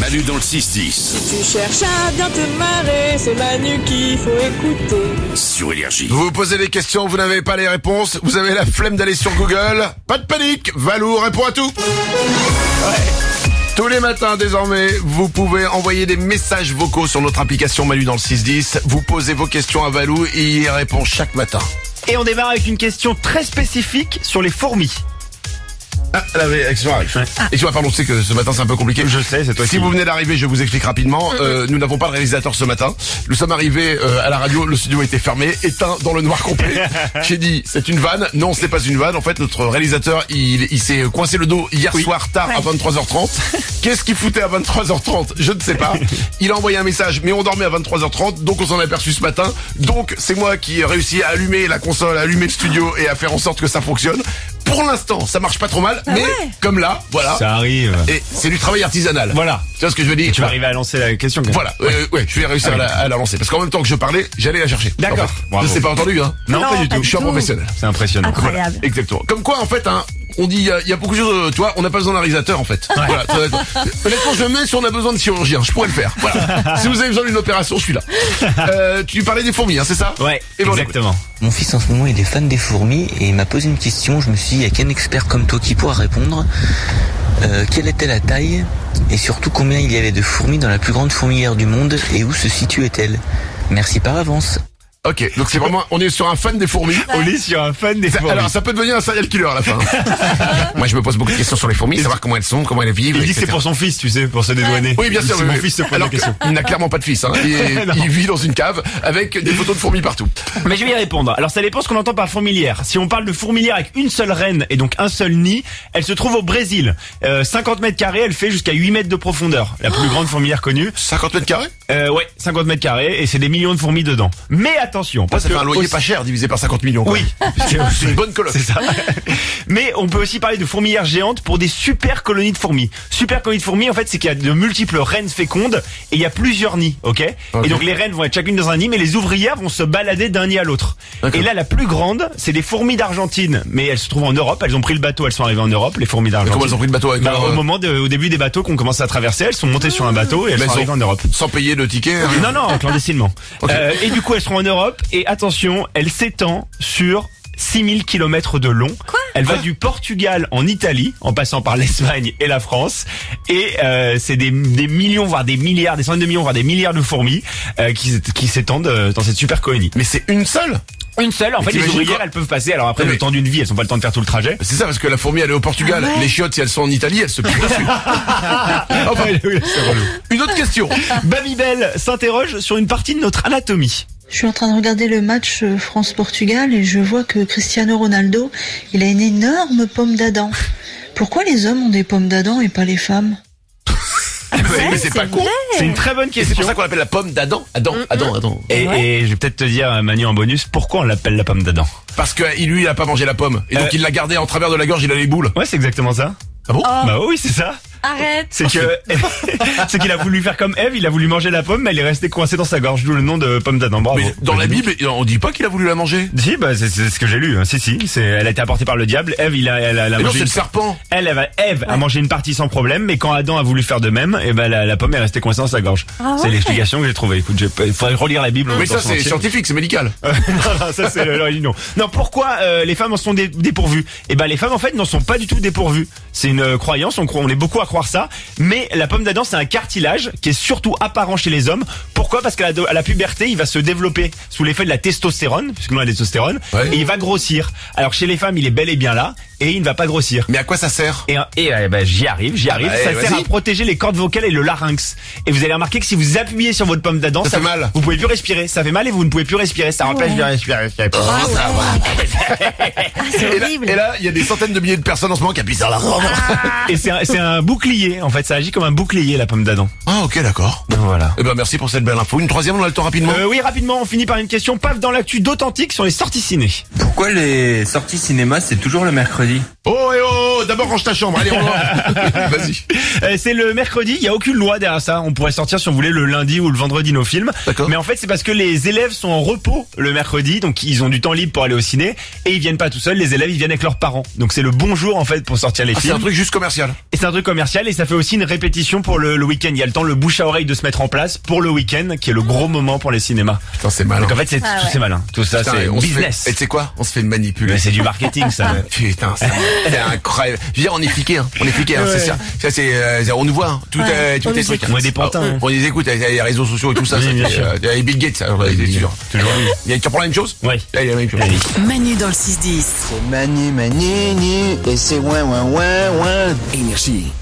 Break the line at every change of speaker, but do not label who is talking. Manu dans le 6-10
Tu cherches à bien te marrer, c'est Manu qu'il faut écouter.
sur Énergie.
Vous vous posez des questions, vous n'avez pas les réponses, vous avez la flemme d'aller sur Google. Pas de panique, Valou répond à tout. Ouais. Tous les matins désormais, vous pouvez envoyer des messages vocaux sur notre application Malu dans le 610. Vous posez vos questions à Valou et il répond chaque matin.
Et on démarre avec une question très spécifique sur les fourmis.
Ah, la réaction arrive. Et tu vois, pardon, tu sais que ce matin c'est un peu compliqué.
Je sais, c'est toi
Si
qui-
vous venez d'arriver, je vous explique rapidement. Euh, nous n'avons pas de réalisateur ce matin. Nous sommes arrivés euh, à la radio, le studio était fermé, éteint dans le noir complet. J'ai dit, c'est une vanne. Non, c'est pas une vanne. En fait, notre réalisateur, il, il s'est coincé le dos hier soir tard à 23h30. Qu'est-ce qu'il foutait à 23h30 Je ne sais pas. Il a envoyé un message, mais on dormait à 23h30, donc on s'en est aperçu ce matin. Donc c'est moi qui ai réussi à allumer la console, à allumer le studio et à faire en sorte que ça fonctionne. Pour l'instant, ça marche pas trop mal, mais comme là, voilà.
Ça arrive.
Et c'est du travail artisanal.
Voilà.
Tu vois ce que je veux dire
Tu vas arriver à lancer la question. quand même.
Voilà, euh, ouais, je vais réussir à, la, à la lancer. Parce qu'en même temps que je parlais, j'allais la chercher.
D'accord.
En fait.
Bravo.
Je sais pas entendu, hein
Non, pas du tout.
Je suis un professionnel.
C'est impressionnant.
Voilà, exactement. Comme quoi, en fait, hein, on dit, il y a- il y, a beaucoup de choses, euh, tu vois, on n'a pas besoin d'un réalisateur, en fait. Voilà, ça doit être- Honnêtement, je mets si on a besoin de chirurgien, je pourrais le faire. Voilà. si vous avez besoin d'une opération, je suis là. Euh, tu parlais des fourmis, hein, c'est ça
Ouais,
Et ben, on écoute.
exactement.
Mon fils en ce moment il est fan des fourmis et il m'a posé une question, je me suis dit il n'y a qu'un expert comme toi qui pourra répondre. Euh, quelle était la taille et surtout combien il y avait de fourmis dans la plus grande fourmilière du monde et où se situait-elle Merci par avance.
Ok, donc c'est vraiment, on est sur un fan des fourmis.
On lit sur un fan des
Ça-
fourmis.
Alors ça peut devenir un serial killer à la fin. Moi je me pose beaucoup de questions sur les fourmis, savoir comment elles sont, comment elles vivent.
il dit que c'est
etc.
pour son fils, tu sais, pour se dédouaner.
Oui, bien
Il dit,
sûr.
Si
oui,
mon
oui.
fils se pose la
Alors
question.
qu'il n'a clairement pas de fils. Hein. Il,
Non.
il vit dans une cave avec des photos de fourmis partout.
Mais je vais y répondre. Alors ça dépend ce qu'on entend par fourmilière. Si on parle de fourmilière avec une seule reine et donc un seul nid, elle se trouve au Brésil. Euh, 50 mètres carrés, elle fait jusqu'à 8 mètres de profondeur. La plus grande fourmilière connue.
50 mètres carrés
Euh, ouais, 50 mètres carrés et c'est des millions de fourmis dedans. Mais attention,
Ça fait
que
un loyer
aussi-
pas cher divisé par 50 millions. quoi.
Oui.
C'est une bonne coloc.
C'est ça. Mais on peut aussi parler de fourmilières géantes pour des super colonies de fourmis. Super colonies de fourmis, en fait, c'est qu'il y a de multiples reines fécondes et il y a plusieurs nids, ok
Ok.
Et donc les reines vont être chacune dans un nid, mais les ouvrières vont se balader d'un nid à l'autre.
D'accord.
Et là, la plus grande, c'est des fourmis d'Argentine, mais elles se trouvent en Europe. Elles ont pris le bateau, elles sont arrivées en Europe, les fourmis
Mais
d'Argentine.
Comment elles ont pris le bateau avec
Bah,
leur,
au
euh,
moment de- au début des bateaux qu'on commence à traverser, elles sont montées sur un bateau et elles
Mais
sont
elles
arrivées
ont-
en Europe.
Sans payer de ticket rien.
Non, non, clandestinement.
Ok.
Euh, et du coup, elles seront en Europe. Et attention, elle s'étend sur 6000 km de long. elle
Ah.
va du Portugal en Italie, en passant par l'Espagne et la France. Et euh, c'est des, des millions, voire des milliards, des centaines de millions, voire des milliards de fourmis euh, qui, s'é- qui s'étendent euh, dans cette super colonie.
Mais c'est une seule
Une seule, en
Mais
fait, les
t'imagines
ouvrières,
quoi
elles peuvent passer. Alors après,
Mais-
le temps d'une vie, elles n'ont pas le temps de faire tout le trajet.
C'est ça parce que la fourmi elle est au Portugal.
Ah
Les chiottes si elles sont en Italie elles se pissent dessus. Enfin, une autre question.
Babybel s'interroge sur une partie de notre anatomie.
Je suis en train de regarder le match euh, France-Portugal et je vois que Cristiano Ronaldo, il a une énorme pomme d'Adam. Pourquoi les hommes ont des pommes d'Adam et pas les femmes
Mais c'est pas con.
C'est une très bonne
Et c'est
question.
pour ça qu'on l'appelle la pomme d'Adam. Adam, Adam, Adam.
Et, et je vais peut-être te dire, euh, Manu, en bonus, pourquoi on l'appelle la pomme d'Adam
Parce que euh, lui il a pas mangé la pomme et donc
Euh.
il l'a gardée en travers de la gorge. Il a les boules.
Ouais, c'est exactement ça.
Ah bon
Bah oui, c'est ça.
Arrête
C'est que c'est qu'il a voulu faire comme Eve, il a voulu manger la pomme, mais elle est restée coincée dans sa gorge, d'où le nom de pomme d'Adam. Bravo. Bah,
Mais dans la Bible on dit pas qu'il a voulu la manger.
Si, bah c'est c'est ce que j'ai lu. hein. Si, si, c'est elle a été apportée par le diable. Eve, il a, elle a, elle a
Ah, Mais non
mangé.
c'est le
une-
serpent.
Elle, elle, a- Ève a mangé une partie sans problème, mais quand Adam a voulu faire de même, et ben la, la pomme est restée coincée dans sa gorge. C'est l'explication que j'ai trouvée. Écoute, j'ai- il faudrait relire la Bible.
Mais
dans
ça
son
c'est
entier.
scientifique, c'est médical.
Euh, non, non, ça c'est l'original. Non, pourquoi euh, les femmes en sont dé- dépourvues Eh ben les femmes en fait n'en sont pas du tout dépourvues. C'est une euh, croyance, on, croit, on est beaucoup à croire ça. Mais la pomme d'Adam c'est un cartilage qui est surtout apparent chez les hommes. Pourquoi Parce qu'à la, à la puberté il va se développer sous l'effet de la testostérone, puisque nous on a la testostérone,
Ouais.
et il va grossir. Alors chez les femmes il est bel et bien là, et il ne va pas grossir.
Mais à quoi ça sert
Et, un- et euh, ben, j'y arrive, j'y arrive.
bah, eh,
ça sert
vas-y.
à protéger les cordes vocales et le larynx. Et vous allez remarquer que si vous appuyez sur votre pomme d'Adam,
Ça fait
vous-
mal.
Vous pouvez plus respirer. Ça fait mal et vous ne pouvez plus respirer. Ça empêche de respirer. respirer.
Ah, Et là- et là, il y a des centaines de milliers de personnes en ce moment qui appuient sur la Ah.
Et c'est un, c'est un bouclier. En fait, ça agit comme un bouclier la pomme d'Adam.
Ah, ok, d'accord.
Voilà.
Eh ben, merci pour cette belle info. Une troisième, on a le temps rapidement.
Euh, oui, rapidement, on finit par une question. Paf dans l'actu d'authentique sur les sorties ciné.
Pourquoi les sorties cinéma c'est toujours le mercredi
Oh, et oh, d'abord range ta chambre. Allez, on va. Vas-y.
Euh, c'est le mercredi, il n'y a aucune loi derrière ça. On pourrait sortir si on voulait le lundi ou le vendredi nos films.
D'accord.
Mais en fait, c'est parce que les élèves sont en repos le mercredi, donc ils ont du temps libre pour aller au ciné et ils viennent pas tout seuls. Les élèves, ils viennent avec leurs parents. Donc c'est le bon jour en fait pour sortir les
Ah, c'est
films.
un truc juste commercial.
Et c'est un truc commercial et ça fait aussi une répétition pour le, le week-end. Il y a le temps, le bouche à oreille de se mettre en place pour le week-end, qui est le gros moment pour les cinémas.
Putain, c'est malin.
Donc en fait, c'est
Ah
tout
ouais.
c'est malin. Tout ça,
Putain,
c'est
on se fait-
business.
Et tu sais quoi On se fait manipuler.
Mais c'est du marketing, ça.
Putain, c'est c'est incroyable. Je veux dire, on est fliqué, hein. on est fliqué. Hein. C'est ça, ça c'est, euh, on nous voit, hein. tout, est, tout
on
est
nous
truc. Ah,
écoute. On est des pantins, hein.
On les écoute, avec les réseaux sociaux et tout ça.
Oui,
ça
bien
fait,
sûr.
euh, et Bill Gates, alors, c'est sûr.
Toujours lui.
hein. Il y a- Tu reprends la même chose
Ouais.
Là, il y a la même chose.
Allez.
Manu dans le 6-10.
C'est Manu Manini et c'est ouin ouin ouin ouin.
Énergie.